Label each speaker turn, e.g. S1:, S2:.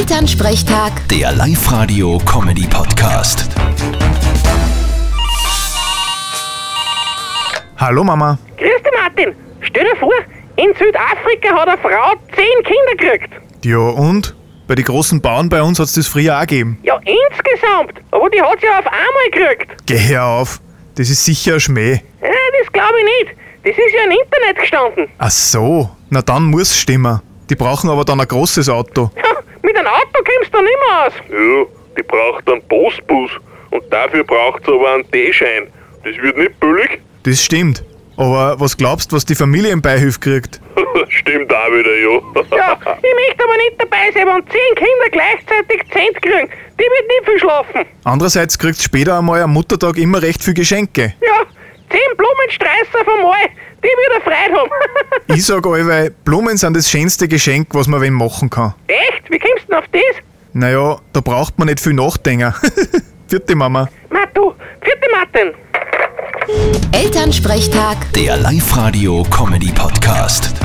S1: Elternsprechtag,
S2: Der Live-Radio-Comedy-Podcast.
S3: Hallo Mama.
S4: Grüß dich, Martin. Stell dir vor, in Südafrika hat eine Frau zehn Kinder gekriegt.
S3: Ja und? Bei den großen Bauern bei uns hat's das früher auch gegeben.
S4: Ja, insgesamt. Aber die hat sie ja auf einmal gekriegt.
S3: Geh her auf. Das ist sicher ein Schmäh.
S4: Äh, das glaube ich nicht. Das ist ja im Internet gestanden.
S3: Ach so. Na dann muss stimmen. Die brauchen aber dann ein großes Auto.
S4: Ja, mit einem Auto kommst du nicht mehr aus.
S5: Ja, die braucht einen Postbus und dafür braucht sie aber einen D-Schein. Das wird nicht billig.
S3: Das stimmt. Aber was glaubst, was die Familienbeihilfe kriegt?
S5: Stimmt auch wieder, ja.
S4: Ja, ich möchte aber nicht dabei sein, wenn zehn Kinder gleichzeitig Cent kriegen. Die wird nicht viel schlafen.
S3: Andererseits kriegt später einmal am Muttertag immer recht viel Geschenke.
S4: Ja, zehn Blumenstreißer vom Mal. Die wird eine Freude haben.
S3: Ich sag allweil, Blumen sind das schönste Geschenk, was man wem machen kann.
S4: Echt? Wie kommst du denn auf das?
S3: Naja, da braucht man nicht viel nachdenken. Vierte Mama.
S4: Ma, du, vierte Martin.
S1: Elternsprechtag.
S2: Der Live-Radio-Comedy-Podcast.